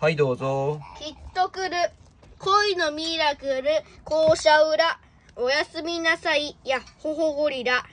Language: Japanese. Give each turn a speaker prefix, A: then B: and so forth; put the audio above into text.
A: はい、どうぞ。
B: きっと来る恋のミラクル校舎裏おやすみなさいやほほゴリラ